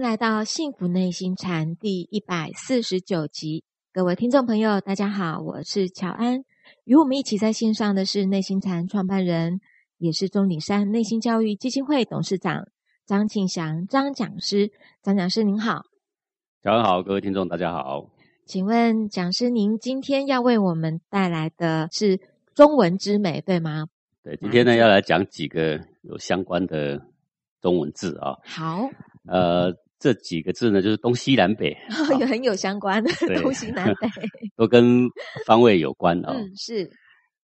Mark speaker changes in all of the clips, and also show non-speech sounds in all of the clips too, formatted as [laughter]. Speaker 1: 来到《幸福内心禅》第一百四十九集，各位听众朋友，大家好，我是乔安。与我们一起在线上的是内心禅创办人，也是钟岭山内心教育基金会董事长张庆祥张讲师。张讲师您好，
Speaker 2: 乔安好，各位听众大家好。
Speaker 1: 请问讲师，您今天要为我们带来的是中文之美，对吗？
Speaker 2: 对，今天呢要来讲几个有相关的中文字啊。 [laughs]
Speaker 1: 好，
Speaker 2: 呃，这几个字呢，就是东西南北，啊
Speaker 1: 有很有相关的
Speaker 2: 对
Speaker 1: 东西南
Speaker 2: [laughs]
Speaker 1: 北，
Speaker 2: 都跟方位有关啊。
Speaker 1: 嗯，是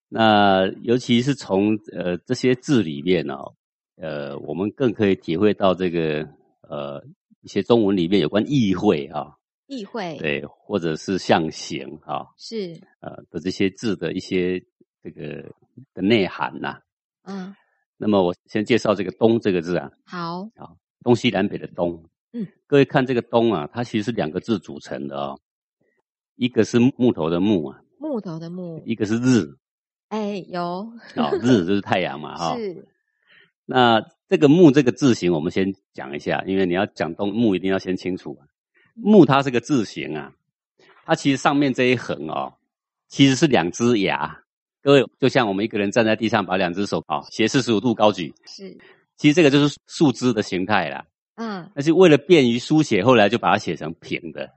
Speaker 2: 那尤其是从呃这些字里面呢、呃，我们更可以体会到这个呃一些中文里面有关意会啊，
Speaker 1: 意会，
Speaker 2: 对，或者是象形啊，
Speaker 1: 是
Speaker 2: 呃的这些字的一些这个的内涵呐、
Speaker 1: 嗯，
Speaker 2: 那么我先介绍这个“东”这个字啊，
Speaker 1: 好，
Speaker 2: 东西南北的“东”。
Speaker 1: 嗯，
Speaker 2: 各位看这个“东”啊，它其实是两个字组成的哦，一个是木头的“木”啊，
Speaker 1: 木头的木，
Speaker 2: 一个是日
Speaker 1: 哎，有
Speaker 2: 啊、
Speaker 1: [laughs]
Speaker 2: 日就是太阳嘛哈、
Speaker 1: 是
Speaker 2: 那这个“木”这个字形，我们先讲一下，因为你要讲东木，一定要先清楚、啊。
Speaker 1: 嗯
Speaker 2: 木它是个字形啊，它其实上面这一横哦，其实是两只牙。各位，就像我们一个人站在地上，把两只手啊、哦斜四十五度高举，
Speaker 1: 是，
Speaker 2: 其实这个就是树枝的形态啦。
Speaker 1: 嗯，
Speaker 2: 但是为了便于书写，后来就把它写成平的。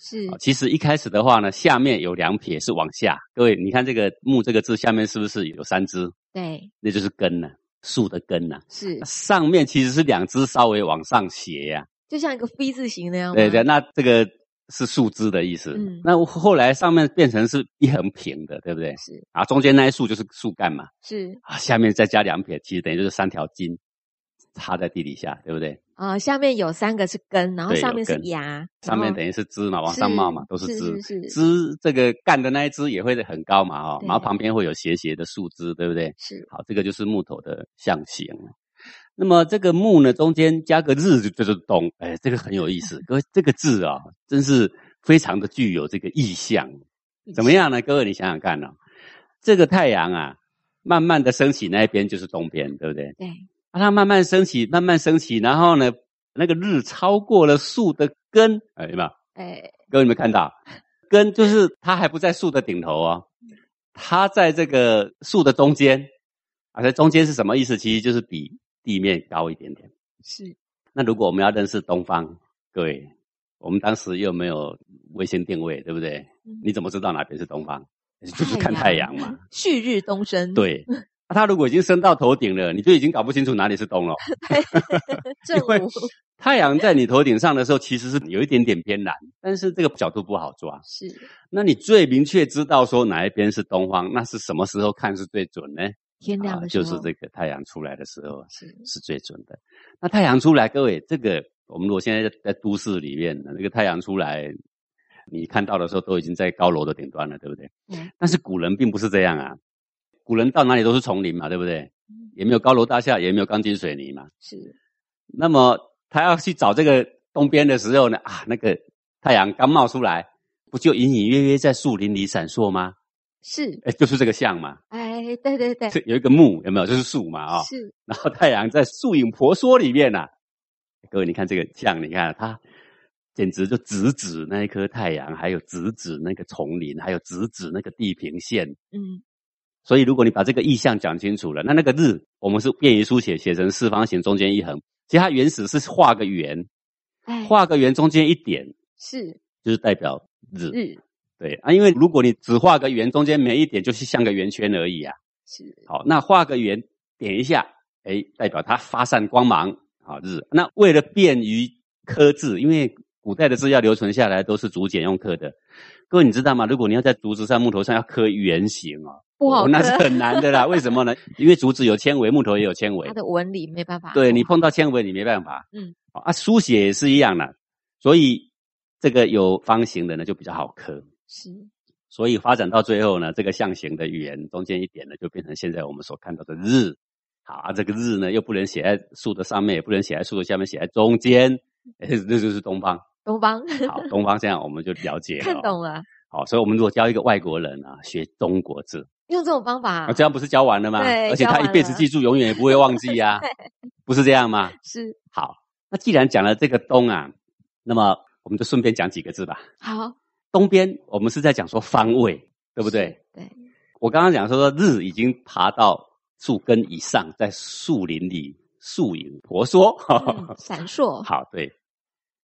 Speaker 1: 是
Speaker 2: 哦其实一开始的话呢，下面有两撇是往下。各位，你看这个“木”这个字下面是不是有三只？
Speaker 1: 对，
Speaker 2: 那就是根呐、树的根呐、
Speaker 1: 是
Speaker 2: 那，上面其实是两只稍微往上斜呀、
Speaker 1: 就像一个 V 字形那样吗，
Speaker 2: 对对，那这个是树枝的意思。
Speaker 1: 嗯
Speaker 2: 那后来上面变成是一横平的，对不对？
Speaker 1: 是
Speaker 2: 啊，中间那一竖就是树干嘛，
Speaker 1: 是
Speaker 2: 啊，下面再加两撇，其实等于就是三条筋插在地底下，对不对？
Speaker 1: 啊，下面有三个是根，然后
Speaker 2: 对
Speaker 1: 上
Speaker 2: 有
Speaker 1: 面是
Speaker 2: 根
Speaker 1: 芽，嗯
Speaker 2: 上面等
Speaker 1: 于
Speaker 2: 于是枝嘛，往上冒嘛，都哦是枝。
Speaker 1: 是是
Speaker 2: 枝这个干的那一枝也会很高嘛，哦，
Speaker 1: 对
Speaker 2: 然后旁边会有斜斜的树枝，对不对？
Speaker 1: 是
Speaker 2: 好，这个就是木头的象形。那么这个木呢，中间加个日，就就是东，哎，这个很有意 [laughs] 思。各位，这个字啊、真是非常的具有这个意象。怎么？样呢？各位，你想想看哦，这个太阳啊，慢慢的升起那一边就是东边，对不对？
Speaker 1: 对，
Speaker 2: 啊，它慢慢升起，慢慢升起，然后呢，那个日超过了树的根，哎，有没有？
Speaker 1: 哎，
Speaker 2: 各位有没有看到？根就是它还不在树的顶头哦，它在这个树的中间，啊，在中间是什么意思？其实就是比地面高一点点。
Speaker 1: 是
Speaker 2: 那如果我们要认识东方，各位，我们当时又没有卫星定位，对不对？
Speaker 1: 嗯
Speaker 2: 你怎么知道哪边是东方？就是看太阳嘛。，
Speaker 1: 旭日东升，， [laughs]
Speaker 2: 对，那它如果已经升到头顶了，你就已经搞不清楚哪里是东了。
Speaker 1: 正
Speaker 2: 因为
Speaker 1: 午
Speaker 2: 太阳在你头顶上的时候，其实是有一点点偏南，但是这个角度不好抓。
Speaker 1: 是
Speaker 2: 那你最明确知道说哪一边是东方，那是什么时候看是最准呢？
Speaker 1: 天亮的时
Speaker 2: 啊就
Speaker 1: 候，
Speaker 2: 是这个太阳出来的时候
Speaker 1: 是
Speaker 2: 是最准的。那太阳出来，各位，这个我们如果现在在在都市里面，那个太阳出来，你看到的时候都已经在高楼的顶端了，对不对？
Speaker 1: 嗯
Speaker 2: 但是古人并不是这样啊，古人到哪里都是丛林嘛，对不对
Speaker 1: 嗯？
Speaker 2: 也没有高楼大厦，也没有钢筋水泥嘛。
Speaker 1: 是
Speaker 2: 那么他要去找这个东边的时候呢，啊，那个太阳刚冒出来，不就隐隐约约在树林里闪烁吗？
Speaker 1: 是，
Speaker 2: 哎， [laughs] 就是这个像嘛，
Speaker 1: 哎，对对对，
Speaker 2: 这有一个木，有没有？就是树嘛啊、
Speaker 1: 是
Speaker 2: 然后太阳在树影婆娑里面呐、啊各位你看这个像，你看啊它简直就直指那一颗太阳，还有直指那个丛林，还有直指那个地平线。
Speaker 1: 嗯
Speaker 2: 所以如果你把这个意象讲清楚了，那那个日我们是便于书写，写成四方形，中间一横。其实它原始是画个圆，
Speaker 1: 哎
Speaker 2: 画个圆中间一点
Speaker 1: 是
Speaker 2: 就是代表日，
Speaker 1: 日
Speaker 2: 对啊，因为如果你只画个圆，中间没一点，就是像个圆圈而已啊。
Speaker 1: 是
Speaker 2: 好，那画个圆，点一下，哎，代表它发散光芒，好日。那为了便于刻字，因为古代的字要留存下来都是竹简用刻的，各位你知道吗？如果你要在竹子上、木头上要刻圆形哦，
Speaker 1: 不好
Speaker 2: 哦
Speaker 1: 喝，
Speaker 2: 那是很难的啦。为什么呢？因为竹子有纤维，木头也有纤维
Speaker 1: 它，的纹理没办法，
Speaker 2: 对你碰到纤维你没办法。
Speaker 1: 嗯，
Speaker 2: 啊，书写也是一样啦，所以这个有方形的呢就比较好刻。
Speaker 1: 是
Speaker 2: 所以发展到最后呢，这个象形的语言中间一点呢，就变成现在我们所看到的日。好啊，这个日呢又不能写在树的上面，也不能写在树的下面，写在中间，哎这就是东方。
Speaker 1: 东方
Speaker 2: 好，东方这样我们就了解了。哦
Speaker 1: 看懂。了，
Speaker 2: 好，所以我们如果教一个外国人啊，学中国字，
Speaker 1: 用这种方法
Speaker 2: 啊，这样不是教完了吗？
Speaker 1: 对
Speaker 2: 而且
Speaker 1: 教
Speaker 2: 他
Speaker 1: 完
Speaker 2: 一辈子
Speaker 1: 了
Speaker 2: 记住，永远
Speaker 1: [laughs]
Speaker 2: 啊也不会忘记呀、不是这样吗？
Speaker 1: 是
Speaker 2: 好，那既然讲了这个东啊，那么我们就顺便讲几个字吧。
Speaker 1: 好，
Speaker 2: 东边我们是在讲说方位，对不对？
Speaker 1: 对，
Speaker 2: 我刚刚讲说日已经爬到树根以上，在树林里树影婆娑。
Speaker 1: 嗯闪烁。
Speaker 2: [laughs] 好，对。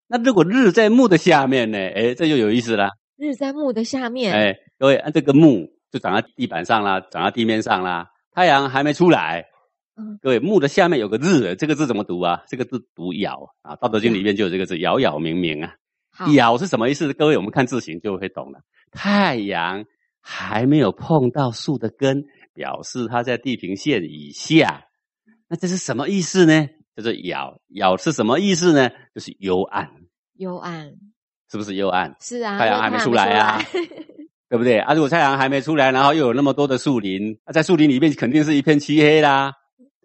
Speaker 2: 那如果日在木的下面呢？哎，这就有意思啦。
Speaker 1: 日在木的下面，
Speaker 2: 哎，各位，按这个木就长在地板上啦，长在地面上啦，太阳还没出来。
Speaker 1: 嗯
Speaker 2: 各位，木的下面有个日，这个字怎么读啊？这个字读杳啊，《道德经》里面就有这个字，杳杳冥冥啊。
Speaker 1: 好，
Speaker 2: 杳是什么意思？各位，我们看字形就会懂了。太阳还没有碰到树的根，表示它在地平线以下。那这是什么意思呢？就是杳，杳是什么意思呢？就是幽暗，
Speaker 1: 幽暗。
Speaker 2: 是不是幽暗？
Speaker 1: 是啊，
Speaker 2: 太阳
Speaker 1: 因为
Speaker 2: 还没
Speaker 1: 它
Speaker 2: 出来啊对不对？啊，如果太阳还没出来，然后又有那么多的树林，啊、在树林里面肯定是一片漆黑啦，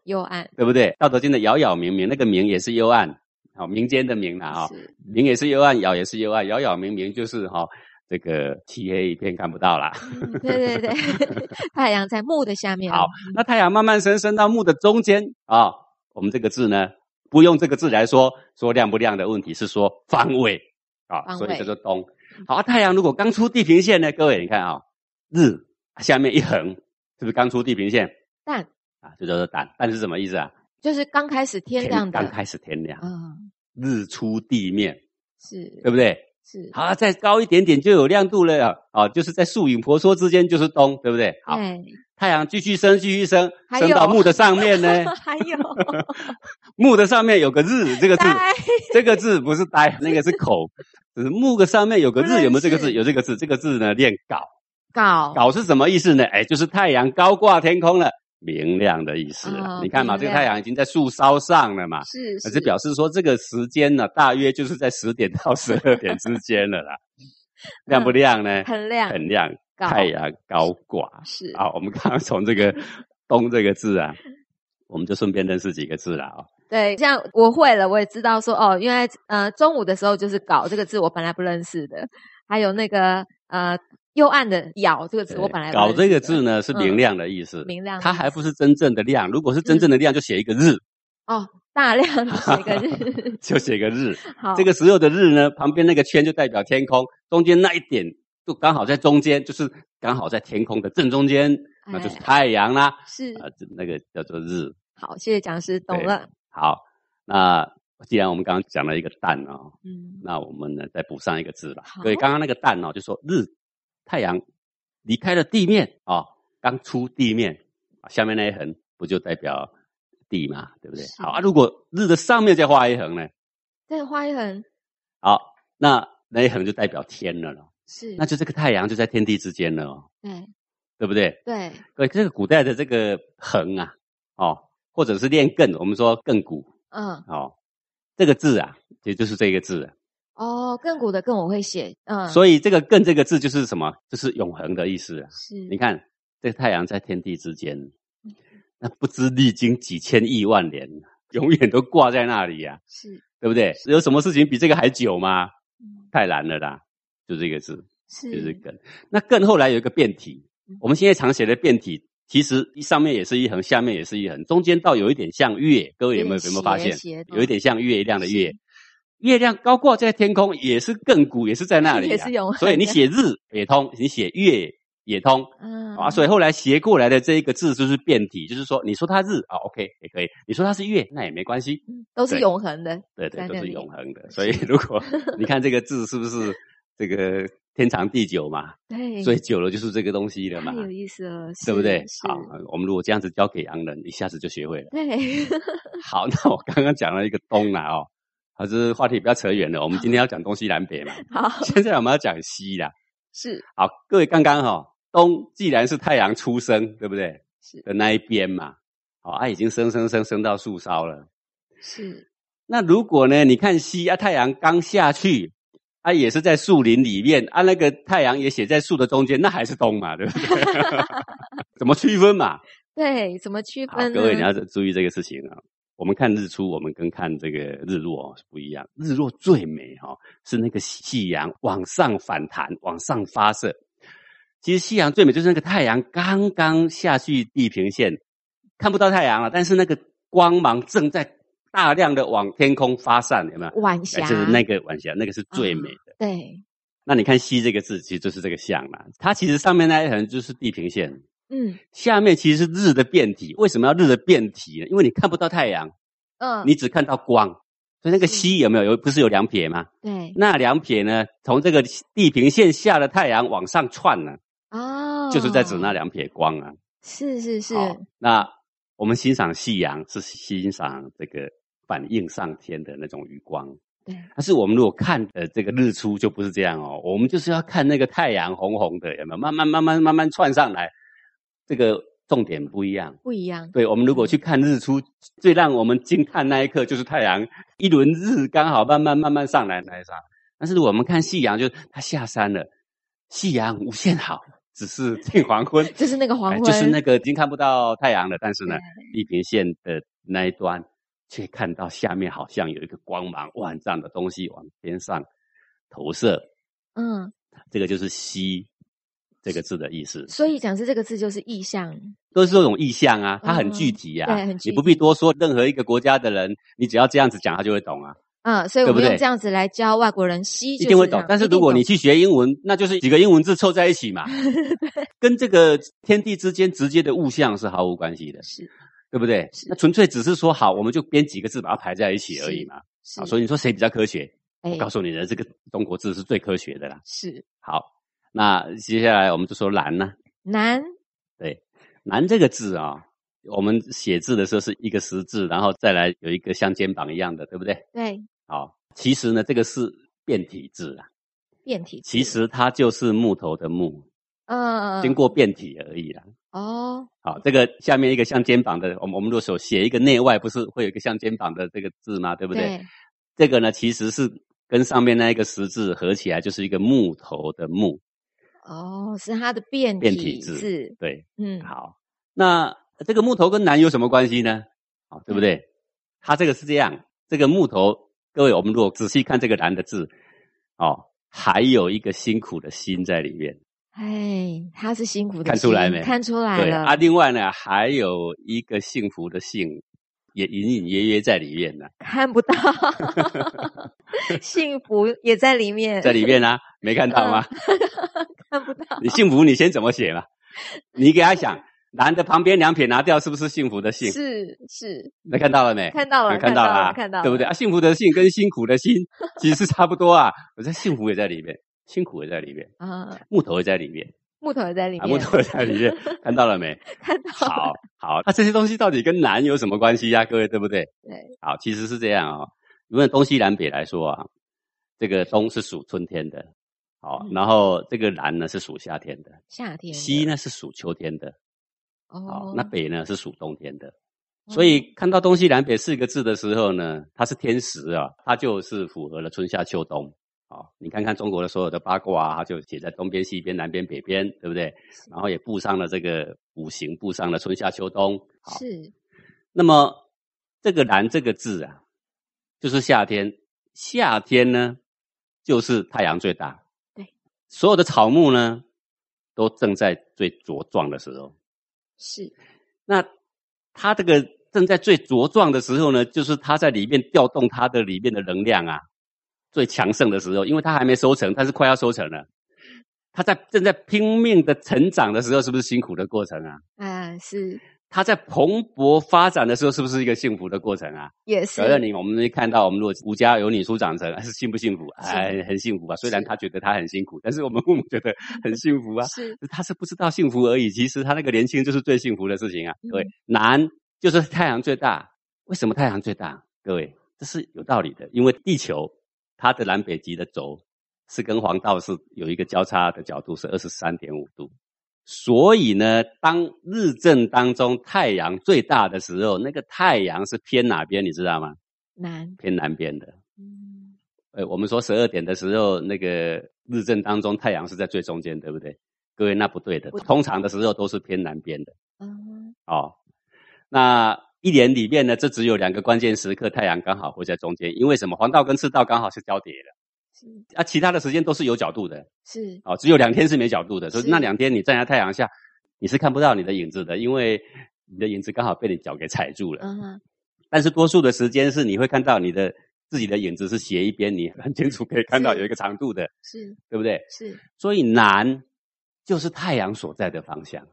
Speaker 1: 幽暗。
Speaker 2: 对不对？《道德经》的杳杳冥冥，那个冥也是幽暗，好、民间的冥啦啊、哦，
Speaker 1: 是
Speaker 2: 冥也是幽暗，杳也是幽暗，杳杳冥冥就是哈、这个漆黑一片看不到啦。
Speaker 1: 嗯对对对， [laughs] 太阳在木的下面。哦
Speaker 2: 好，那太阳慢慢升升到木的中间啊、我们这个字呢，不用这个字来说说亮不亮的问题，是说方位啊、
Speaker 1: 方
Speaker 2: 所以
Speaker 1: 位
Speaker 2: 叫做东。好，啊太阳如果刚出地平线呢，各位你看啊、日下面一横，是不是刚出地平线
Speaker 1: 但
Speaker 2: 啊？就叫做旦。旦是什么意思啊？
Speaker 1: 就是刚开始天亮的，
Speaker 2: 刚开始天亮，
Speaker 1: 嗯，
Speaker 2: 日出地面，
Speaker 1: 是
Speaker 2: 对不对？
Speaker 1: 是，
Speaker 2: 好，再高一点点就有亮度了啊、就是在树影婆娑之间就是东，对不对？好，
Speaker 1: 对，
Speaker 2: 太阳继续升，继续升，
Speaker 1: 嗯还
Speaker 2: 升
Speaker 1: 有
Speaker 2: 到木的上面呢，
Speaker 1: [laughs] 还
Speaker 2: [laughs]
Speaker 1: 有
Speaker 2: 木的上面有个日，这个字，
Speaker 1: 呆，
Speaker 2: 这个字不是
Speaker 1: [laughs]
Speaker 2: 呆，那个是口，只是木的上面有个
Speaker 1: 不认
Speaker 2: 日，
Speaker 1: 识
Speaker 2: 有没有这个字？有这个字，这个字呢念镐，
Speaker 1: 搞
Speaker 2: 镐是什么意思呢？哎，就是太阳高挂天空了，明亮的意思啊。
Speaker 1: 哦
Speaker 2: 你看嘛，
Speaker 1: 明亮
Speaker 2: 这个太阳已经在树梢上了嘛，
Speaker 1: 是
Speaker 2: 这表示说这个时间呢，大约就是在十点到十二点之间了
Speaker 1: [laughs]
Speaker 2: 啦。亮不亮呢？
Speaker 1: 很亮，
Speaker 2: 很亮，
Speaker 1: 镐
Speaker 2: 太阳高挂。
Speaker 1: 是
Speaker 2: 好，我们刚刚从这个“东”这个字啊，我们就顺便认识几个字啦啊、
Speaker 1: 对，像我会了，我也知道说哦，原来呃中午的时候就是“搞”这个字，我本来不认识的，还有那个呃幽暗的“咬”这个字，我本来不
Speaker 2: 搞
Speaker 1: 认识
Speaker 2: 这个
Speaker 1: 的
Speaker 2: 字呢是明亮的意思，
Speaker 1: 嗯明亮的
Speaker 2: 它
Speaker 1: 意
Speaker 2: 还
Speaker 1: 思嗯
Speaker 2: 不是真正的亮。如果是真正的亮，就写一个日，
Speaker 1: 哦，大量
Speaker 2: [laughs]
Speaker 1: 的写个日，
Speaker 2: 就写个日。
Speaker 1: 好，
Speaker 2: [laughs] 这个时候的日呢，旁边那个圈就代表天空，中间那一点就刚好在中间，就是刚好在天空的正中间，那就是
Speaker 1: 哎
Speaker 2: 太阳啦。
Speaker 1: 是
Speaker 2: 啊、这那个叫做日。
Speaker 1: 好，谢谢讲师，懂
Speaker 2: 对
Speaker 1: 了，
Speaker 2: 好，那既然我们刚刚讲了一个蛋哦，
Speaker 1: 嗯，
Speaker 2: 那我们呢再补上一个字吧。
Speaker 1: 好
Speaker 2: 所以刚刚那个蛋哦，就说日太阳离开了地面啊、哦，刚出地面啊，下面那一横不就代表地嘛，对不对？
Speaker 1: 是
Speaker 2: 好啊，如果日的上面再画一横呢，
Speaker 1: 再画一横
Speaker 2: 好，那那一横就代表天了咯。
Speaker 1: 是，
Speaker 2: 那就这个太阳就在天地之间了、哦，
Speaker 1: 对
Speaker 2: 对不对？
Speaker 1: 对
Speaker 2: 各位，这个古代的这个横啊，哦，或者是练艮，我们说艮骨
Speaker 1: 嗯
Speaker 2: 哦，这个字啊，也就是这个字啊、
Speaker 1: 哦，亘古的亘我会写，嗯，
Speaker 2: 所以这个“更”这个字就是什么？就是永恒的意思啊、
Speaker 1: 是
Speaker 2: 你看，这太阳在天地之间，
Speaker 1: 嗯
Speaker 2: 那不知历经几千亿万年， [laughs] 永远都挂在那里呀、
Speaker 1: 是
Speaker 2: 对不对？有什么事情比这个还久吗？
Speaker 1: 嗯
Speaker 2: 太难了啦，就这个字，
Speaker 1: 是
Speaker 2: 就是“更”。那“更”后来有一个变体
Speaker 1: 嗯，
Speaker 2: 我们现在常写的变体，其实上面也是一横，下面也是一横，中间倒有一点像月，各位有没有有没有发现？
Speaker 1: 斜的
Speaker 2: 有一点像月亮的月
Speaker 1: 嗯是，
Speaker 2: 月亮高挂在天空，也是亘古，也是在那里、
Speaker 1: [laughs]
Speaker 2: 啊，
Speaker 1: 也是永恒的
Speaker 2: 所以你写日也通，你写月也通、
Speaker 1: 嗯
Speaker 2: 啊。所以后来斜过来的这一个字就是变体，就是说你说它日啊，OK 也可以；你说它是月，那也没关系。
Speaker 1: 嗯都是
Speaker 2: 对
Speaker 1: 永恒的，
Speaker 2: 对对，
Speaker 1: 在
Speaker 2: 都
Speaker 1: 那
Speaker 2: 是
Speaker 1: 里
Speaker 2: 永恒的。所以如
Speaker 1: [laughs]
Speaker 2: 果你看这个字是不是这个天长地久嘛？
Speaker 1: 对，
Speaker 2: 所以久了就是这个东西了嘛
Speaker 1: 太，有意思了，
Speaker 2: 对不
Speaker 1: 是
Speaker 2: 对？
Speaker 1: 是
Speaker 2: 好，我们如果这样子教给洋人，一下子就学会了。
Speaker 1: 对， [laughs]
Speaker 2: 好，那我刚刚讲了一个东啦哦，还是话题不要扯远了。我们今天要讲东西南
Speaker 1: [laughs]
Speaker 2: 北嘛，
Speaker 1: 好
Speaker 2: 现在我们要讲西啦。
Speaker 1: 是
Speaker 2: 好，各位刚刚哈、哦，东既然是太阳出生，对不对？
Speaker 1: 是
Speaker 2: 的那一边嘛，好、啊，已经升升升升到树梢了。
Speaker 1: 是
Speaker 2: 那如果呢，你看西啊，太阳刚下去。啊，也是在树林里面啊，那个太阳也写在树的中间，那还是东嘛，对不对？ [laughs] 怎么区分嘛？
Speaker 1: 对，怎么 [laughs] 区
Speaker 2: 好，
Speaker 1: 分呢？
Speaker 2: 各位你要注意这个事情啊。我们看日出，我们跟看这个日落、哦、是不一样。日落最美哈、哦，是那个夕阳往上反弹、往上发射。其实夕阳最美就是那个太阳刚刚下去地平线，看不到太阳了，但是那个光芒正在大量的往天空发散，有没有？
Speaker 1: 晚
Speaker 2: 哎
Speaker 1: 霞，
Speaker 2: 就是那个晚霞，那个是最美的。
Speaker 1: 对，
Speaker 2: 那你看“西”这个字，其实就是这个象嘛。它其实上面那一横就是地平线，
Speaker 1: 嗯
Speaker 2: 下面其实是日的变体。为什么要日的变体呢？因为你看不到太阳，
Speaker 1: 嗯，
Speaker 2: 你只看到光。所以那个“
Speaker 1: 是
Speaker 2: 西”有没有？有不是有两撇吗？
Speaker 1: 对
Speaker 2: 那两撇呢，从这个地平线下的太阳往上窜呢、
Speaker 1: 哦，
Speaker 2: 就是在指那，两撇光啊。
Speaker 1: 是是是，
Speaker 2: 好，那我们欣赏夕阳是欣赏这个反映上天的那种余光，
Speaker 1: 对，
Speaker 2: 但是我们如果看呃这个日出就不是这样哦，我们就是要看那个太阳红红的，有没有慢慢慢慢慢慢窜上来，这个重点不一样。
Speaker 1: 不一样，
Speaker 2: 对我们如果去看日出，最让我们惊叹那一刻就是太阳一轮日刚好慢慢慢慢上来那一刹。但是我们看夕阳，就是它下山了，夕阳无限好，只
Speaker 1: [laughs]
Speaker 2: 是近黄昏，
Speaker 1: 就是那个黄
Speaker 2: 哎
Speaker 1: 昏，
Speaker 2: 就是那个已经看不到太阳了，但是呢
Speaker 1: 对，
Speaker 2: 地平线的那一端却看到下面好像有一个光芒万丈的东西往天上投射，
Speaker 1: 嗯，
Speaker 2: 这个就是“西”这个字的意思，
Speaker 1: 所以讲是这个字就是意象，
Speaker 2: 都是这种意象啊，它很
Speaker 1: 嗯
Speaker 2: 具体啊，
Speaker 1: 对很具
Speaker 2: 你不必多说，任何一个国家的人，你只要这样子讲，他就会懂啊，
Speaker 1: 嗯，所以我
Speaker 2: 对
Speaker 1: 们
Speaker 2: 不对
Speaker 1: 用这样子来教外国人西，
Speaker 2: 一定会懂。但是如果你去学英文，那就是几个英文字凑在一起嘛，跟这个天地之间直接的物象是毫无关系的。
Speaker 1: 是
Speaker 2: 对不对？那纯粹只是说好，我们就编几个字把它排在一起而已嘛。
Speaker 1: 是，
Speaker 2: 啊，所以你说谁比较科学？
Speaker 1: 以
Speaker 2: 我告诉你的，这个中国字是最科学的啦。
Speaker 1: 是
Speaker 2: 好，那接下来我们就说“啊南”呢，“
Speaker 1: 南，
Speaker 2: 南”这个字啊、我们写字的时候是一个十字，然后再来有一个像肩膀一样的，对不对？
Speaker 1: 对，
Speaker 2: 好，其实呢，这个是变体字啊，
Speaker 1: 变体字，
Speaker 2: 其实它就是木头的木，
Speaker 1: 嗯，嗯，嗯
Speaker 2: 经过变体而已啦。
Speaker 1: 哦，
Speaker 2: 好，这个下面一个像肩膀的，我们我们如果手写一个内外，不是会有一个像肩膀的这个字吗？对不对？
Speaker 1: 对，
Speaker 2: 这个呢，其实是跟上面那一个十字合起来，就是一个木头的木。
Speaker 1: 哦，是它的变
Speaker 2: 变
Speaker 1: 体
Speaker 2: 体字
Speaker 1: 字，
Speaker 2: 对，
Speaker 1: 嗯，
Speaker 2: 好，那这个木头跟南有什么关系呢？好，对不
Speaker 1: 嗯
Speaker 2: 对？它这个是这样，这个木头，各位，我们如果仔细看这个南的字，哦，还有一个辛苦的辛在里面。
Speaker 1: 哎，他是辛苦的心，
Speaker 2: 看出来没
Speaker 1: 看出来
Speaker 2: 对
Speaker 1: 了，
Speaker 2: 啊，另外呢，还有一个幸福的幸，也隐隐约约在里面呢、
Speaker 1: 看
Speaker 2: [laughs]
Speaker 1: 不到，幸福也在里面，
Speaker 2: 在里
Speaker 1: [laughs]
Speaker 2: 面啊，没看到吗？
Speaker 1: 呃嗯看不到，
Speaker 2: 你幸福，你先怎么写嘛？你给
Speaker 1: [laughs]
Speaker 2: 他想，男的旁边两撇拿掉，是不是幸福的幸？
Speaker 1: 是是，
Speaker 2: 那看到了没？
Speaker 1: 哦看到了，
Speaker 2: 有看到了啊，
Speaker 1: 看到了，
Speaker 2: 对不对？啊，幸福的幸跟辛苦
Speaker 1: [laughs]
Speaker 2: 的辛其实是差不多啊。我说幸福也在里面，辛苦也在里面，
Speaker 1: 啊，
Speaker 2: 木头也在里面，
Speaker 1: 木头也在里
Speaker 2: 啊，
Speaker 1: 面，
Speaker 2: 木头也在
Speaker 1: [laughs]
Speaker 2: 里面，看到了没？
Speaker 1: 看到了，
Speaker 2: 好好，那这些东西到底跟南有什么关系呀、各位对不对？
Speaker 1: 对，
Speaker 2: 好，其实是这样哦。因为东西南北来说啊，这个东是属春天的，好，
Speaker 1: 嗯
Speaker 2: 然后这个南呢是属夏天的，
Speaker 1: 夏天的
Speaker 2: 西呢是属秋天的，好、
Speaker 1: 哦，
Speaker 2: 那北呢是属冬天的。
Speaker 1: 哦
Speaker 2: 所以看到东西南北四个字的时候呢，它是天时啊，它就是符合了春夏秋冬。好、你看看中国的所有的八卦啊，它就写在东边、西边、南边、北边，对不对？然后也布上了这个五行，布上了春夏秋冬。好，
Speaker 1: 是
Speaker 2: 那么这个南这个字啊，就是夏天。夏天呢，就是太阳最大，
Speaker 1: 对，
Speaker 2: 所有的草木呢，都正在最茁壮的时候。
Speaker 1: 是，
Speaker 2: 那它这个正在最茁壮的时候呢，就是它在里面调动它的里面的能量啊，最强盛的时候，因为它还没收成，但是快要收成了。它在正在拼命的成长的时候，是不是辛苦的过程啊？
Speaker 1: 啊，是
Speaker 2: 它在蓬勃发展的时候，是不是一个幸福的过程啊？
Speaker 1: 也是
Speaker 2: 小，任你，我们会看到，我们如果吴家有女初长成，哎是幸不幸福？
Speaker 1: 是
Speaker 2: 哎，很幸福啊。虽然他觉得他很辛苦，但是我们父母觉得很幸福啊。
Speaker 1: 是
Speaker 2: 他是不知道幸福而已。其实他那个年轻就是最幸福的事情啊。
Speaker 1: 嗯
Speaker 2: 各位，南就是太阳最大，为什么太阳最大？各位，这是有道理的，因为地球它的南北极的轴是跟黄道是有一个交叉的角度是二十三点五度，所以呢，当日正当中太阳最大的时候，那个太阳是偏哪边？你知道吗？
Speaker 1: 南，
Speaker 2: 偏南边的。
Speaker 1: 嗯，
Speaker 2: 呃，我们说十二点的时候，那个日正当中，太阳是在最中间，对不对？各位，那不对的
Speaker 1: 不，对
Speaker 2: 通常的时候都是偏南边的
Speaker 1: 嗯
Speaker 2: 哦。那一年里面呢，这只有两个关键时刻，太阳刚好会在中间，因为什么？黄道跟赤道刚好是交叠的，
Speaker 1: 是
Speaker 2: 啊，其他的时间都是有角度的，
Speaker 1: 是
Speaker 2: 哦，只有两天是没角度的，所以
Speaker 1: 是
Speaker 2: 那两天你站在太阳下，你是看不到你的影子的，因为你的影子刚好被你脚给踩住了。
Speaker 1: 嗯哼
Speaker 2: 但是多数的时间是你会看到你的自己的影子是斜一边，你很清楚可以看到
Speaker 1: 是
Speaker 2: 有一个长度的，
Speaker 1: 是
Speaker 2: 对不对？
Speaker 1: 是
Speaker 2: 所以南就是太阳所在的方向，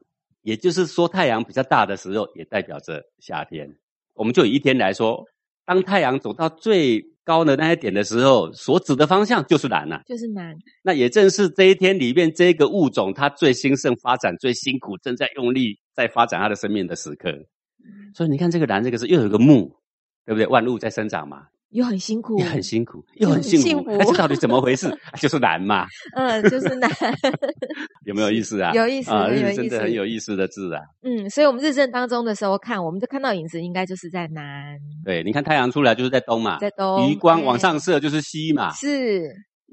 Speaker 2: 也就是说太阳比较大的时候，也代表着夏天。我们就以一天来说，当太阳走到最高的那一点的时候，所指的方向就是南了、
Speaker 1: 就是难，
Speaker 2: 那也正是这一天里面，这个物种它最兴盛、发展最辛苦，正在用力在发展它的生命的时刻。所以你看，这个南这个是又有一个木，对不对？万物在生长嘛，
Speaker 1: 又很辛苦，
Speaker 2: 也很辛苦，
Speaker 1: 又
Speaker 2: 又
Speaker 1: 很
Speaker 2: 很
Speaker 1: 幸
Speaker 2: 幸
Speaker 1: 福
Speaker 2: 福。哎，这到底怎么回事？ [laughs] 啊就是难嘛，
Speaker 1: 嗯，就是难，
Speaker 2: [laughs] 有没有意思啊？
Speaker 1: 有意思
Speaker 2: 啊，
Speaker 1: 很有
Speaker 2: 这是真
Speaker 1: 意
Speaker 2: 的
Speaker 1: 思
Speaker 2: 很有意思的字啊。
Speaker 1: 嗯，所以我们日正当中的时候看，我们就看到影子应该就是在南，
Speaker 2: 对，你看太阳出来就是在东嘛，
Speaker 1: 在东，
Speaker 2: 啊余光往
Speaker 1: 哎
Speaker 2: 上射就是西嘛，
Speaker 1: 是，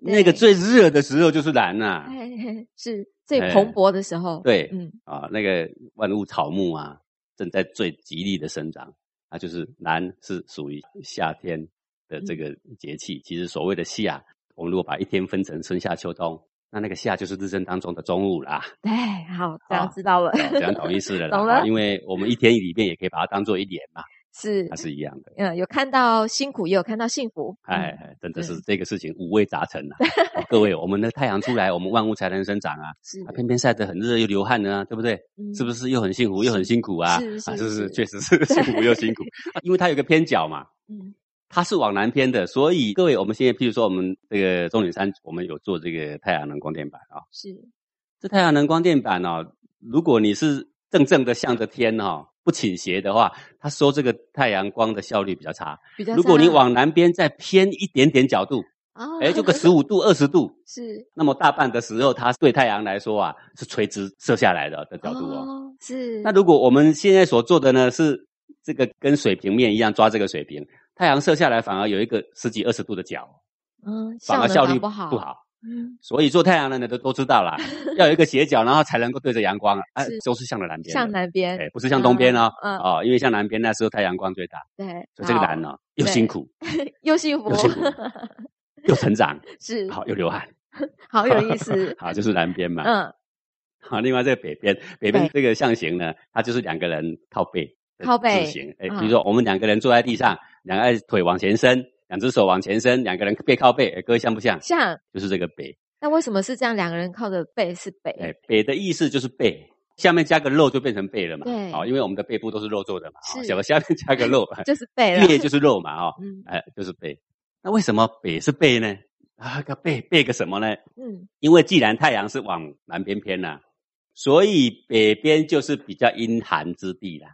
Speaker 2: 那
Speaker 1: 对
Speaker 2: 个最热的时候就是南呐、
Speaker 1: 哎是最
Speaker 2: 哎
Speaker 1: 蓬勃的时候，
Speaker 2: 对
Speaker 1: 嗯，
Speaker 2: 啊，那个万物草木啊，正在最极力的生长啊，就是南是属于夏天的这个节气。
Speaker 1: 嗯
Speaker 2: 其实所谓的夏，我们如果把一天分成春夏秋冬，那那个夏就是日正当中的中午啦，
Speaker 1: 对，好，这样
Speaker 2: 好
Speaker 1: 知道了，
Speaker 2: 哦这样懂意思了啦。
Speaker 1: 懂了
Speaker 2: 啊因为我们一天里面也可以把它当做一年嘛，
Speaker 1: [laughs] 是
Speaker 2: 它，是一样的。
Speaker 1: 嗯，有看到辛苦，也有看到幸福，
Speaker 2: 哎
Speaker 1: 嗯，，
Speaker 2: 哎真的是这个事情五味杂陈啊！
Speaker 1: [laughs]
Speaker 2: 哦各位，我们的太阳出来，我们万物才能生长啊！
Speaker 1: 是
Speaker 2: 啊，偏偏晒得很热又流汗呢、对不对？是不
Speaker 1: 嗯是？
Speaker 2: 是又很辛苦又很辛苦啊？
Speaker 1: 是是
Speaker 2: 啊，是不
Speaker 1: 是
Speaker 2: 是确实
Speaker 1: [laughs]
Speaker 2: 是辛苦又辛苦，啊因为它有个偏角嘛，
Speaker 1: 嗯
Speaker 2: 它是往南偏的，所以各位，我们现在譬如说我们这个中岭山，我们有做这个太阳能光电板啊、
Speaker 1: 是，
Speaker 2: 这太阳能光电板哦，如果你是正正的向着天哦，不倾斜的话，它收这个太阳光的效率比较差。
Speaker 1: 比较
Speaker 2: 如果
Speaker 1: 差啊
Speaker 2: 你往南边再偏一点点角度，
Speaker 1: 哦， [laughs]
Speaker 2: 哎，就个十五度、二十度，
Speaker 1: 是
Speaker 2: 那么大半的时候，它对太阳来说啊是垂直射下来的的角度哦
Speaker 1: 哦，是
Speaker 2: 那如果我们现在所做的呢，是这个跟水平面一样抓这个水平，太阳射下来反而有一个十几二十度的角，
Speaker 1: 嗯，
Speaker 2: 反而
Speaker 1: 能
Speaker 2: 效
Speaker 1: 反
Speaker 2: 率
Speaker 1: 不好，
Speaker 2: 不，好。
Speaker 1: 嗯，
Speaker 2: 所以做太阳能的都都知道
Speaker 1: [laughs]
Speaker 2: 啦，要有一个斜角，然后才能够对着阳光啊，啊
Speaker 1: 是
Speaker 2: 都是向着南边的，
Speaker 1: 向南边，
Speaker 2: 哎，不是向东边哦，
Speaker 1: 嗯嗯
Speaker 2: 哦，因为向南边那时候太阳光最大，
Speaker 1: 对，
Speaker 2: 所以这个
Speaker 1: 好
Speaker 2: 南哦又
Speaker 1: 对
Speaker 2: 辛苦
Speaker 1: 又幸福
Speaker 2: 又，辛
Speaker 1: [laughs]
Speaker 2: 苦又成长，
Speaker 1: 是
Speaker 2: 好又流汗，，
Speaker 1: 好有意思
Speaker 2: [laughs] 好就是南边嘛。
Speaker 1: [laughs] 嗯，
Speaker 2: 好，另外这个北边，北边
Speaker 1: 对
Speaker 2: 这个象形呢，它就是两个人靠背，
Speaker 1: 靠背
Speaker 2: 字形。哎，
Speaker 1: 嗯
Speaker 2: 比如说我们两个人坐在地上，两个腿往前伸，两只手往前伸，两个人背靠背，哎各位像不像？
Speaker 1: 像
Speaker 2: 就是这个北。
Speaker 1: 那为什么是这样？两个人靠着背是背，
Speaker 2: 哎，北的意思就是背，下面加个肉就变成背了嘛。
Speaker 1: 对
Speaker 2: 好，因为我们的背部都是肉做的嘛，好
Speaker 1: 是
Speaker 2: 下面下面加个肉，
Speaker 1: 就是背了，
Speaker 2: 月哎就是肉嘛，哦，
Speaker 1: 嗯
Speaker 2: 哎，就是背。那为什么北是背呢？啊，个背背个什么呢？
Speaker 1: 嗯，
Speaker 2: 因为既然太阳是往南边偏了、所以北边就是比较阴寒之地啦。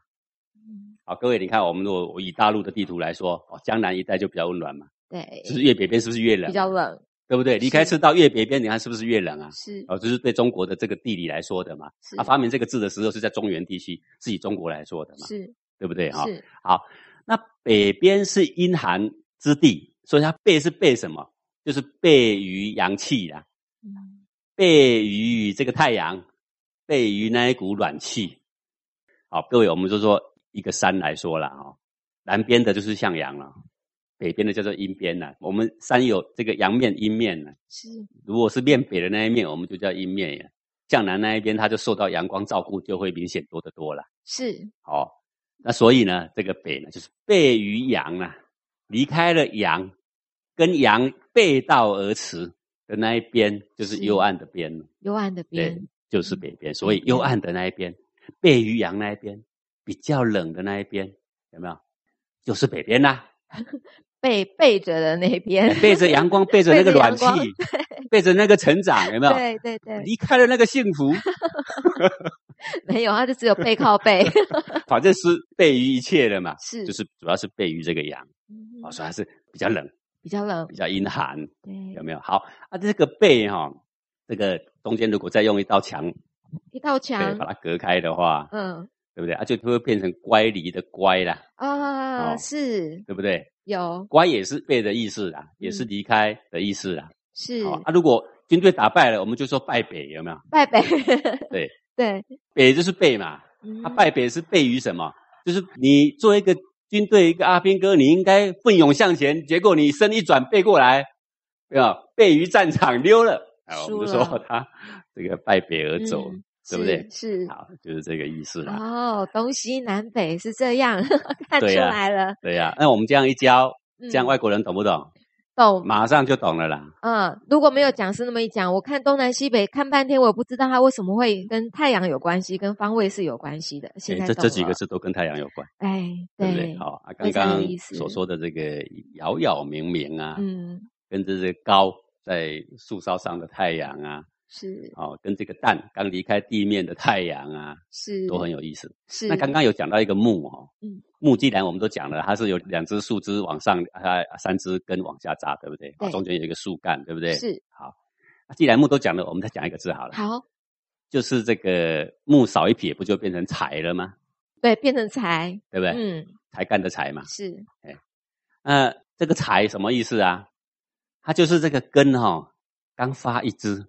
Speaker 1: 嗯
Speaker 2: 好，各位，你看，我们如果以大陆的地图来说，哦，江南一带就比较温暖嘛，
Speaker 1: 对，
Speaker 2: 就是越北边是不是越冷？啊
Speaker 1: 比较，冷，
Speaker 2: 对不对？离开赤道越北边，你看是不是越冷啊？
Speaker 1: 是
Speaker 2: 哦，这是对中国的这个地理来说的嘛。
Speaker 1: 是
Speaker 2: 啊，发明这个字的时候是在中原地区，是以中国来说的嘛，
Speaker 1: 是
Speaker 2: 对不对？哈、
Speaker 1: 是
Speaker 2: 那北边是阴寒之地，所以它背是背什么？就是背于阳气啦。
Speaker 1: 嗯
Speaker 2: 背于这个太阳，背于那一股暖气。好，各位，我们就说一个山来说了啊、哦，南边的就是向阳了，北边的叫做阴边了。我们山有这个阳面、阴面呢，
Speaker 1: 是
Speaker 2: 如果是面北的那一面，我们就叫阴面呀。向南那一边，它就受到阳光照顾，就会明显多得多了。
Speaker 1: 是
Speaker 2: 哦，那所以呢，这个北呢，就是背于阳啊，离开了阳，跟阳背道而驰的那一边，就是
Speaker 1: 是
Speaker 2: 幽暗的边了。
Speaker 1: 幽暗的
Speaker 2: 对
Speaker 1: 边，，
Speaker 2: 就是北边，所以
Speaker 1: 嗯
Speaker 2: 幽暗的那一边，背于阳那一边，比较冷的那一边，有没有？就是北边
Speaker 1: [laughs]
Speaker 2: 啦、
Speaker 1: 背背着的那边，
Speaker 2: 背着阳光，背着那个暖气
Speaker 1: 背着阳，
Speaker 2: 背着那个成长，有没有？
Speaker 1: 对对对，
Speaker 2: 离开了那个幸福，
Speaker 1: 没有，他就只有背靠
Speaker 2: [laughs]
Speaker 1: 背，
Speaker 2: 反正是背于一切了嘛。
Speaker 1: 是
Speaker 2: 就是主要是背于这个阳，
Speaker 1: 嗯
Speaker 2: 哦，所以还是比较冷，
Speaker 1: 比较冷
Speaker 2: 比，较阴寒，
Speaker 1: 对
Speaker 2: 有，没有？好啊，这个背哈、这个中间如果再用一道墙，
Speaker 1: 一道
Speaker 2: 对，
Speaker 1: 墙
Speaker 2: 把，它隔开的话，
Speaker 1: 嗯
Speaker 2: 对不对？啊，就会变成乖离的乖啦，
Speaker 1: 啊，
Speaker 2: 哦啊
Speaker 1: 是
Speaker 2: 对不对？
Speaker 1: 有
Speaker 2: 乖也是背的意思啦，也是离开的意思啦。
Speaker 1: 嗯是
Speaker 2: 好啊，如果军队打败了，我们就说败北，有没有？
Speaker 1: 拜北，
Speaker 2: 对
Speaker 1: [laughs] 对，
Speaker 2: 北就是背嘛，啊，
Speaker 1: 嗯
Speaker 2: 败北是背于什么？就是你作为一个军队一个阿兵哥，你应该奋勇向前，结果你身一转背过来，对吧？背于战场溜了，啊，我
Speaker 1: 输了
Speaker 2: 们就说他这个败北而走。
Speaker 1: 嗯
Speaker 2: 对不对？啊
Speaker 1: 是
Speaker 2: 好，就是这个意思啦。
Speaker 1: 哦，东西南北是这样， [laughs] 看出
Speaker 2: 对呀
Speaker 1: 来了。
Speaker 2: 对呀、那我们这样一教，这
Speaker 1: 嗯
Speaker 2: 样外国人懂不懂？
Speaker 1: 懂，
Speaker 2: 马上就懂了啦。
Speaker 1: 嗯，如果没有讲师那么一讲，我看东南西北看半天，我也不知道它为什么会跟太阳有关系，跟方位是有关系的。现
Speaker 2: 诶
Speaker 1: 在
Speaker 2: 这
Speaker 1: 懂
Speaker 2: 这几
Speaker 1: 了
Speaker 2: 个，字都跟太阳有关，
Speaker 1: 哎，
Speaker 2: 对不对？好啊，刚
Speaker 1: 非常有
Speaker 2: 刚
Speaker 1: 意思
Speaker 2: 所说的这个杳杳冥冥啊，
Speaker 1: 嗯，
Speaker 2: 跟这些高在树梢上的太阳啊，
Speaker 1: 是
Speaker 2: 哦，跟这个蛋刚离开地面的太阳啊，
Speaker 1: 是，
Speaker 2: 都很有意思。
Speaker 1: 是。
Speaker 2: 那刚刚有讲到一个木哦，
Speaker 1: 嗯
Speaker 2: 木既然我们都讲了，它是有两只树枝往上，它三只根往下扎，对不对？
Speaker 1: 对
Speaker 2: 中间有一个树干，对不对？。
Speaker 1: 是
Speaker 2: 既然木都讲了，我们再讲一个字好了，
Speaker 1: 好，
Speaker 2: 就是这个木少一撇，不就变成柴了吗？
Speaker 1: 对，变成财，
Speaker 2: 对不对？
Speaker 1: 嗯，
Speaker 2: 才干的柴嘛。
Speaker 1: 是 [laughs]
Speaker 2: 那、呃这个柴什么意思啊？它就是这个根哈、哦，刚发一枝。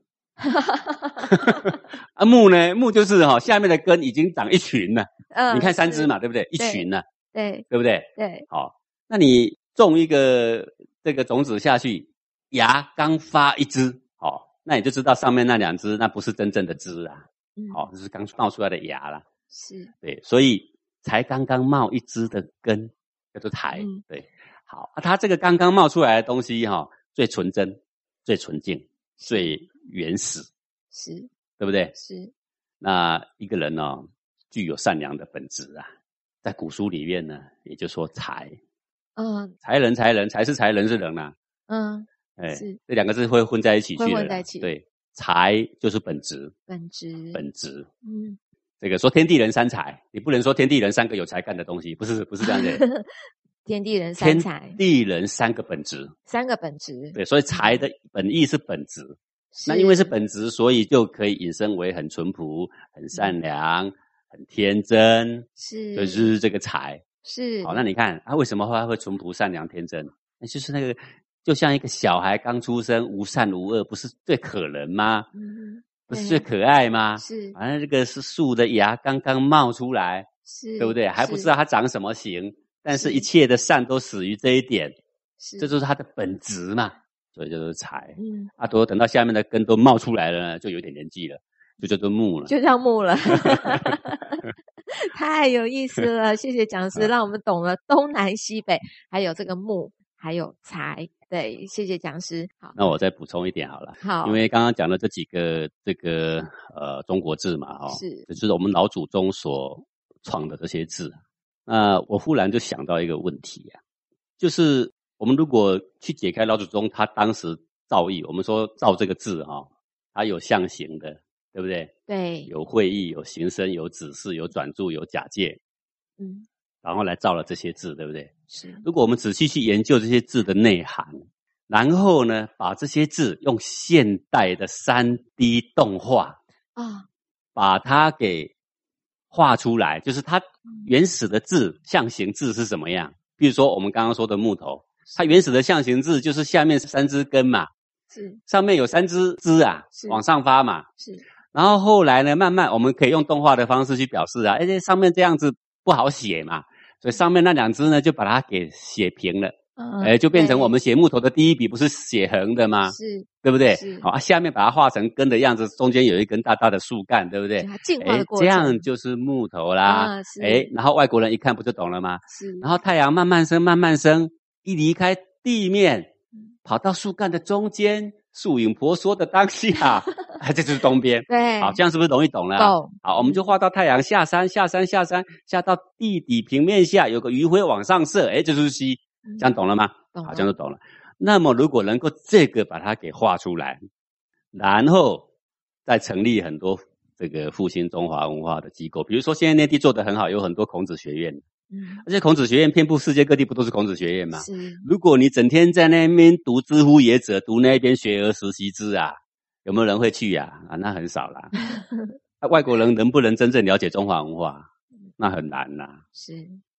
Speaker 2: 啊，木呢？木就是哈、哦，下面的根已经长一群了。
Speaker 1: 嗯，
Speaker 2: [laughs] 你看三
Speaker 1: 是
Speaker 2: 枝，嘛，对不对？一群呢、
Speaker 1: 对
Speaker 2: 对不对？
Speaker 1: 对，
Speaker 2: 好、那你种一个这个种子下去，芽刚发一枝，好、那你就知道上面那两枝那不是真正的枝啊，
Speaker 1: 嗯，
Speaker 2: 好、这是刚冒出来的芽啦。
Speaker 1: 是
Speaker 2: 对，所以才刚刚冒一枝的根叫做苔。
Speaker 1: 嗯
Speaker 2: 对，好，啊它这个刚刚冒出来的东西哈、最纯真、最纯净、最原始，
Speaker 1: 是
Speaker 2: 对不对？
Speaker 1: 是，
Speaker 2: 那一个人呢、哦，具有善良的本质啊，在古书里面呢，也就说才
Speaker 1: 嗯
Speaker 2: 才人才人才是才人是人啊，
Speaker 1: 嗯，
Speaker 2: 哎
Speaker 1: 是，
Speaker 2: 这两个字会混在一起去的
Speaker 1: 会
Speaker 2: 啦，
Speaker 1: 混在一起
Speaker 2: 对，才就是本质，
Speaker 1: 本质，
Speaker 2: 本质。
Speaker 1: 嗯，
Speaker 2: 这个说天地人三才，你不能说天地人三个有才干的东西，不是不是这样的。
Speaker 1: [laughs] 天地人三
Speaker 2: 天
Speaker 1: 才，
Speaker 2: 地人三个本质，
Speaker 1: 三个本质，
Speaker 2: 对，所以财的本意是本质。那因为是本质，所以就可以引申为很淳朴、很善良、很天真，
Speaker 1: 是
Speaker 2: 就是这个财。
Speaker 1: 嗯是，
Speaker 2: 好，那你看他、啊为什么他会淳朴、善良、天真？那就是那个，就像一个小孩刚出生，无善无恶，不是最可人吗？
Speaker 1: 嗯
Speaker 2: 不是
Speaker 1: 对
Speaker 2: 最可爱吗？
Speaker 1: 是
Speaker 2: 反正这个是树的芽刚刚冒出来，
Speaker 1: 是，
Speaker 2: 对不对？还不
Speaker 1: 是
Speaker 2: 知道它长什么形，但是
Speaker 1: 是
Speaker 2: 一切的善都始于这一点。
Speaker 1: 是，
Speaker 2: 这就是它的本质嘛，所以就是财。
Speaker 1: 嗯，
Speaker 2: 啊，多等到下面的根都冒出来了呢，就有点年纪了，就叫做木了。
Speaker 1: 就叫木了。 [laughs] 太有意思了，谢谢讲
Speaker 2: 嗯
Speaker 1: 师，让我们懂了东南西北，还有这个木，还有财。对，谢谢讲师。好，
Speaker 2: 那我再补充一点好了，
Speaker 1: 好，
Speaker 2: 嗯因为刚刚讲了这几个这个呃中国字嘛，哈、哦，
Speaker 1: 是
Speaker 2: 就是我们老祖宗所创的这些字。那我忽然就想到一个问题呀、就是我们如果去解开老祖宗他当时造诣，我们说造这个字哈、哦，它有象形的，对不对？
Speaker 1: 对，
Speaker 2: 有会意，有形声，有指示，有转注，有假借，
Speaker 1: 嗯，
Speaker 2: 然后来造了这些字，对不对？
Speaker 1: 是
Speaker 2: 如果我们仔细去研究这些字的内涵，然后呢，把这些字用现代的三 D 动画
Speaker 1: 啊，
Speaker 2: 把它给画出来，就是它
Speaker 1: 嗯
Speaker 2: 原始的字象形字是什么样？比如说我们刚刚说的木头，它原始的象形字就是下面三只根嘛，
Speaker 1: 是
Speaker 2: 上面有三只枝啊
Speaker 1: 是，
Speaker 2: 往上发嘛，
Speaker 1: 是，
Speaker 2: 然后后来呢，慢慢我们可以用动画的方式去表示啊，哎，这上面这样子不好写嘛，所以上面那两只呢就把它给写平了，
Speaker 1: 嗯
Speaker 2: 哎、就变成我
Speaker 1: 对
Speaker 2: 们写木头的第一笔不是写横的吗？
Speaker 1: 是
Speaker 2: 对不对
Speaker 1: 是？
Speaker 2: 好、啊，下面把它画成根的样子，中间有一根大大的树干，对不对
Speaker 1: 就？它进化
Speaker 2: 哎
Speaker 1: 的，过
Speaker 2: 这
Speaker 1: 程，
Speaker 2: 样就是木头啦
Speaker 1: 啊是。
Speaker 2: 哎、然后外国人一看不就懂了吗？
Speaker 1: 是，
Speaker 2: 然后太阳慢慢升，慢慢升，一离开地面
Speaker 1: 嗯，
Speaker 2: 跑到树干的中间，树影婆娑的
Speaker 1: [laughs]
Speaker 2: 当下，哎，这就是东边。
Speaker 1: 对，
Speaker 2: 好，这样是不是容易懂了啊、
Speaker 1: 懂
Speaker 2: 好，我们
Speaker 1: 嗯
Speaker 2: 就画到太阳下山，下山，下山，下到地底平面下，有个余晖往上射，哎，这就是西，
Speaker 1: 嗯
Speaker 2: 这样懂了吗？
Speaker 1: 懂
Speaker 2: 好，
Speaker 1: 了
Speaker 2: 这样就懂了。那么如果能够这个把它给画出来，然后再成立很多这个复兴中华文化的机构，比如说现在内地做得很好，有很多孔子学院，
Speaker 1: 嗯
Speaker 2: 而且孔子学院遍布世界各地，不都是孔子学院吗？
Speaker 1: 是
Speaker 2: 如果你整天在那边读知乎也者，读那边学而时习之啊，有没有人会去呀、啊？那很少啦。那外国人能不能真正了解中华文化？那很难啦、
Speaker 1: 是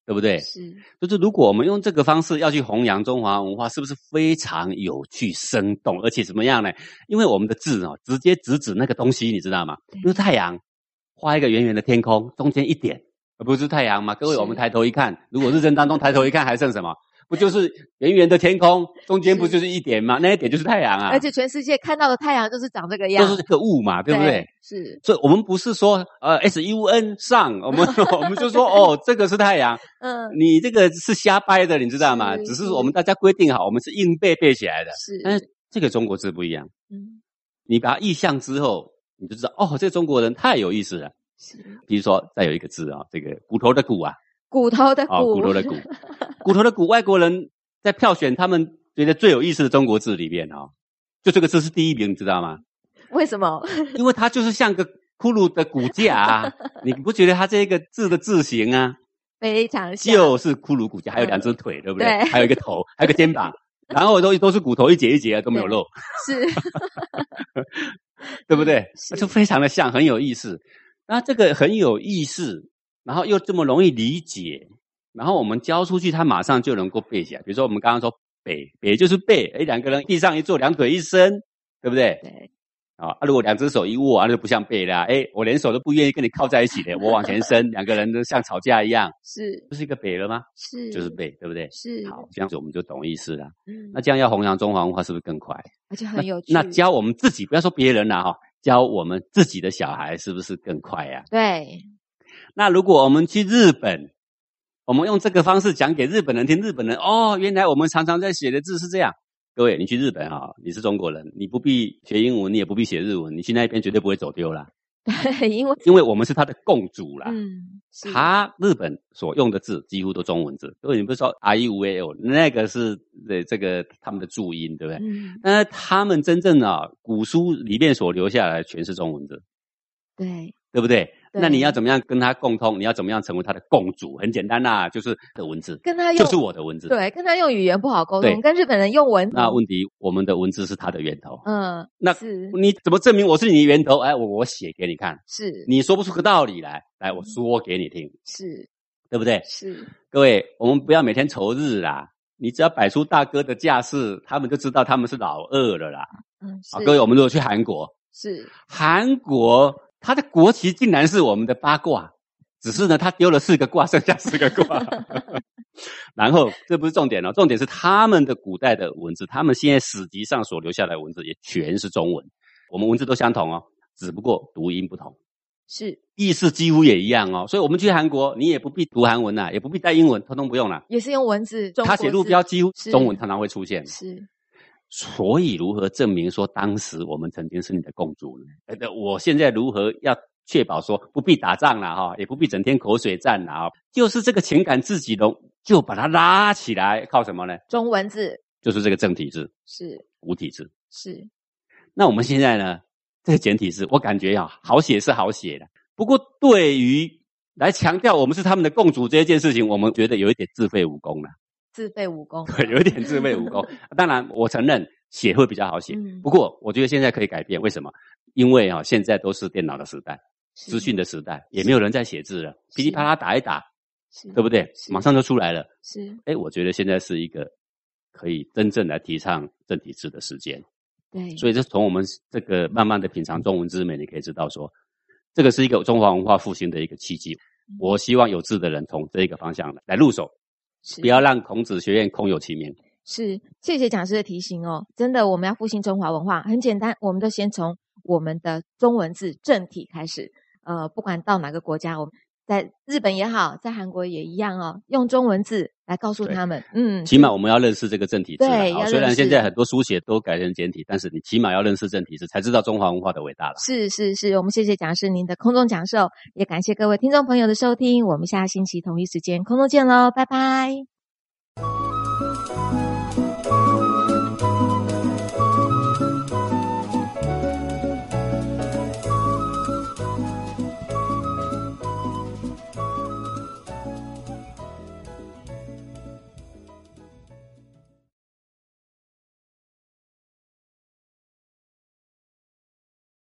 Speaker 2: 对不对？
Speaker 1: 是，
Speaker 2: 就是如果我们用这个方式要去弘扬中华文化，是不是非常有趣、生动，而且怎么样呢？因为我们的字哦，直接直指那个东西，你知道吗？
Speaker 1: 对
Speaker 2: 比如太阳，画一个圆圆的天空，中间一点，而不是太阳嘛。各位，
Speaker 1: 是
Speaker 2: 我们抬头一看，如果是认当中抬头一看，还剩什么？不就是圆圆的天空，中间不就是一点吗？那一点就是太阳啊，
Speaker 1: 而且全世界看到的太阳就是长这个样
Speaker 2: 就
Speaker 1: 子
Speaker 2: 是，个雾嘛，对不对？？
Speaker 1: 是，
Speaker 2: 所以我们不是说呃 S U N 上，我们 [laughs] 我们就说哦，这个是太阳，
Speaker 1: 嗯，
Speaker 2: 你这个是瞎掰的，你知道吗？
Speaker 1: 是
Speaker 2: 只是
Speaker 1: 是
Speaker 2: 我们大家规定好，我们是硬背背起来的。但
Speaker 1: 是，
Speaker 2: 是这个中国字不一样，
Speaker 1: 嗯，
Speaker 2: 你把它意象之后，你就知道哦，这个中国人太有意思了。
Speaker 1: 是
Speaker 2: 比如说，再有一个字啊、这个骨头的骨啊，
Speaker 1: 骨头的
Speaker 2: 啊、
Speaker 1: 骨，
Speaker 2: 骨
Speaker 1: [laughs]
Speaker 2: 头的骨，骨头的骨，外国人在票选他们觉得最有意思的中国字里面哦，就这个字是第一名，你知道吗？
Speaker 1: 为什么？
Speaker 2: 因为它就是像个骷髅的骨
Speaker 1: [laughs]
Speaker 2: 架啊，你不觉得它这个字的字形啊，
Speaker 1: 非常像，
Speaker 2: 就是骷髅骨架，还有两只腿，对不对？
Speaker 1: 嗯对
Speaker 2: 还有一
Speaker 1: [laughs]
Speaker 2: 个头，还有一个肩膀，然后都都是骨头，一节一节的都没有
Speaker 1: 对
Speaker 2: 肉，
Speaker 1: 是， [laughs]
Speaker 2: 对不对？
Speaker 1: 是
Speaker 2: 那就非常的像，很有意思。那这个很有意思，然后又这么容易理解，然后我们教出去，他马上就能够背起来。比如说我们刚刚说背，背就是背，哎，两个人地上一坐，两腿一伸，对不对？
Speaker 1: 对，
Speaker 2: 啊，啊如果两只手一握，啊那就不像背啦。哎，我连手都不愿意跟你靠在一起
Speaker 1: [laughs]
Speaker 2: 的，我往前伸，两个人都像吵架一样，
Speaker 1: 是
Speaker 2: 不是一个背了吗？
Speaker 1: 是，
Speaker 2: 就是背，对不对？
Speaker 1: 是，
Speaker 2: 好，这样子我们就懂意思了。
Speaker 1: 嗯，
Speaker 2: 那这样要弘扬中华文化是不是更快？
Speaker 1: 而且很有趣，
Speaker 2: 那教我们自己，不要说别人了哈，教我们自己的小孩是不是更快呀、
Speaker 1: 对， [laughs]
Speaker 2: 那如果我们去日本，我们用这个方式讲给日本人听，日本人哦，原来我们常常在写的字是这样。各位，你去日本哈，你是中国人，你不必学英文，你也不必写日文，你去那边绝对不会走丢啦，
Speaker 1: 对，因为，
Speaker 2: 因为我们是他的共主啦。
Speaker 1: 嗯，是，
Speaker 2: 他日本所用的字几乎都中文字，因为你不是说 i u a o 那个是呃这个他们的注音，对不对？
Speaker 1: 嗯，
Speaker 2: 那他们真正啊，古书里面所留下来的全是中文字，
Speaker 1: 对，
Speaker 2: 对不对？
Speaker 1: 对
Speaker 2: 那你要怎么样跟他共通？你要怎么样成为他的共主？很简单啦、就是的文字，
Speaker 1: 跟他用
Speaker 2: 就是我的文字。
Speaker 1: 哎对，跟他用语言不好沟
Speaker 2: 对
Speaker 1: 通，跟日本人用文，
Speaker 2: 那问题，我们的文字是他的源头。
Speaker 1: 嗯，
Speaker 2: 那
Speaker 1: 是
Speaker 2: 你怎么证明我是你的源头？哎，我我写给你看，
Speaker 1: 是
Speaker 2: 你说不出个道理来，来我说给你听，
Speaker 1: 是
Speaker 2: 对不对？
Speaker 1: 是，
Speaker 2: 各位，我们不要每天仇日啦。你只要摆出大哥的架势，他们就知道他们是老二了啦。
Speaker 1: 嗯，
Speaker 2: 好，
Speaker 1: 是
Speaker 2: 啊各位，我们如果去韩国，
Speaker 1: 是
Speaker 2: 韩国它的国旗竟然是我们的八卦，只是呢，它丢了四个卦，剩下四个
Speaker 1: [laughs]
Speaker 2: 卦。然后这不是重点哦，重点是他们的古代的文字，他们现在史籍上所留下来的文字也全是中文，我们文字都相同哦，只不过读音不同，
Speaker 1: 是，
Speaker 2: 意思几乎也一样哦。所以我们去韩国，你也不必读韩文啦、也不必带英文，通通不用啦。
Speaker 1: 也是用文字，中
Speaker 2: 他
Speaker 1: 国
Speaker 2: 写路
Speaker 1: 字
Speaker 2: 标几乎
Speaker 1: 是
Speaker 2: 中文常常会出现，
Speaker 1: 是
Speaker 2: 所以，如何证明说当时我们曾经是你的共主呢？呃，那我现在如何要确保说不必打仗了哈，也不必整天口水战了啊？就是这个情感自己融，就把它拉起来，靠什么呢？
Speaker 1: 中文字，
Speaker 2: 就是这个正体字、
Speaker 1: 是
Speaker 2: 无体字。
Speaker 1: 是
Speaker 2: 那我们现在呢，这个简体字，我感觉啊，好写是好写的，不过对于来强调我们是他们的共主这件事情，我们觉得有一点自废武功了，
Speaker 1: 自废武功，
Speaker 2: 对， [laughs] 有一点自废武功。当然，我承认写会比较好写，
Speaker 1: 嗯，
Speaker 2: 不过，我觉得现在可以改变，为什么？因为啊，现在都是电脑的时代，
Speaker 1: 是
Speaker 2: 资讯的时代，也没有人在写字了，噼里啪啦打一打，
Speaker 1: 是
Speaker 2: 对不对？
Speaker 1: 是
Speaker 2: 马上就出来了。
Speaker 1: 是
Speaker 2: 哎，我觉得现在是一个可以真正来提倡正体字的时间，
Speaker 1: 对，
Speaker 2: 所以就从我们这个慢慢的品尝中文之美，你可以知道说，这个是一个中华文化复兴的一个契机。
Speaker 1: 嗯
Speaker 2: 我希望有志的人从这一个方向来入手，
Speaker 1: 是
Speaker 2: 不要让孔子学院空有其名。
Speaker 1: 是，谢谢讲师的提醒哦。真的，我们要复兴中华文化，很简单，我们就先从我们的中文字正体开始。呃，不管到哪个国家，我们在日本也好，在韩国也一样哦，用中文字来告诉
Speaker 2: 对
Speaker 1: 他们，嗯，
Speaker 2: 起码我们要认识这个正体字啦
Speaker 1: 对
Speaker 2: 好
Speaker 1: 要
Speaker 2: 虽然
Speaker 1: 认识
Speaker 2: 现在很多书写都改成简体，但是你起码要认识正体字，才知道中华文化的伟大了。
Speaker 1: 是是是，我们谢谢讲师您的空中讲授，也感谢各位听众朋友的收听，我们下星期同一时间空中见喽，拜拜。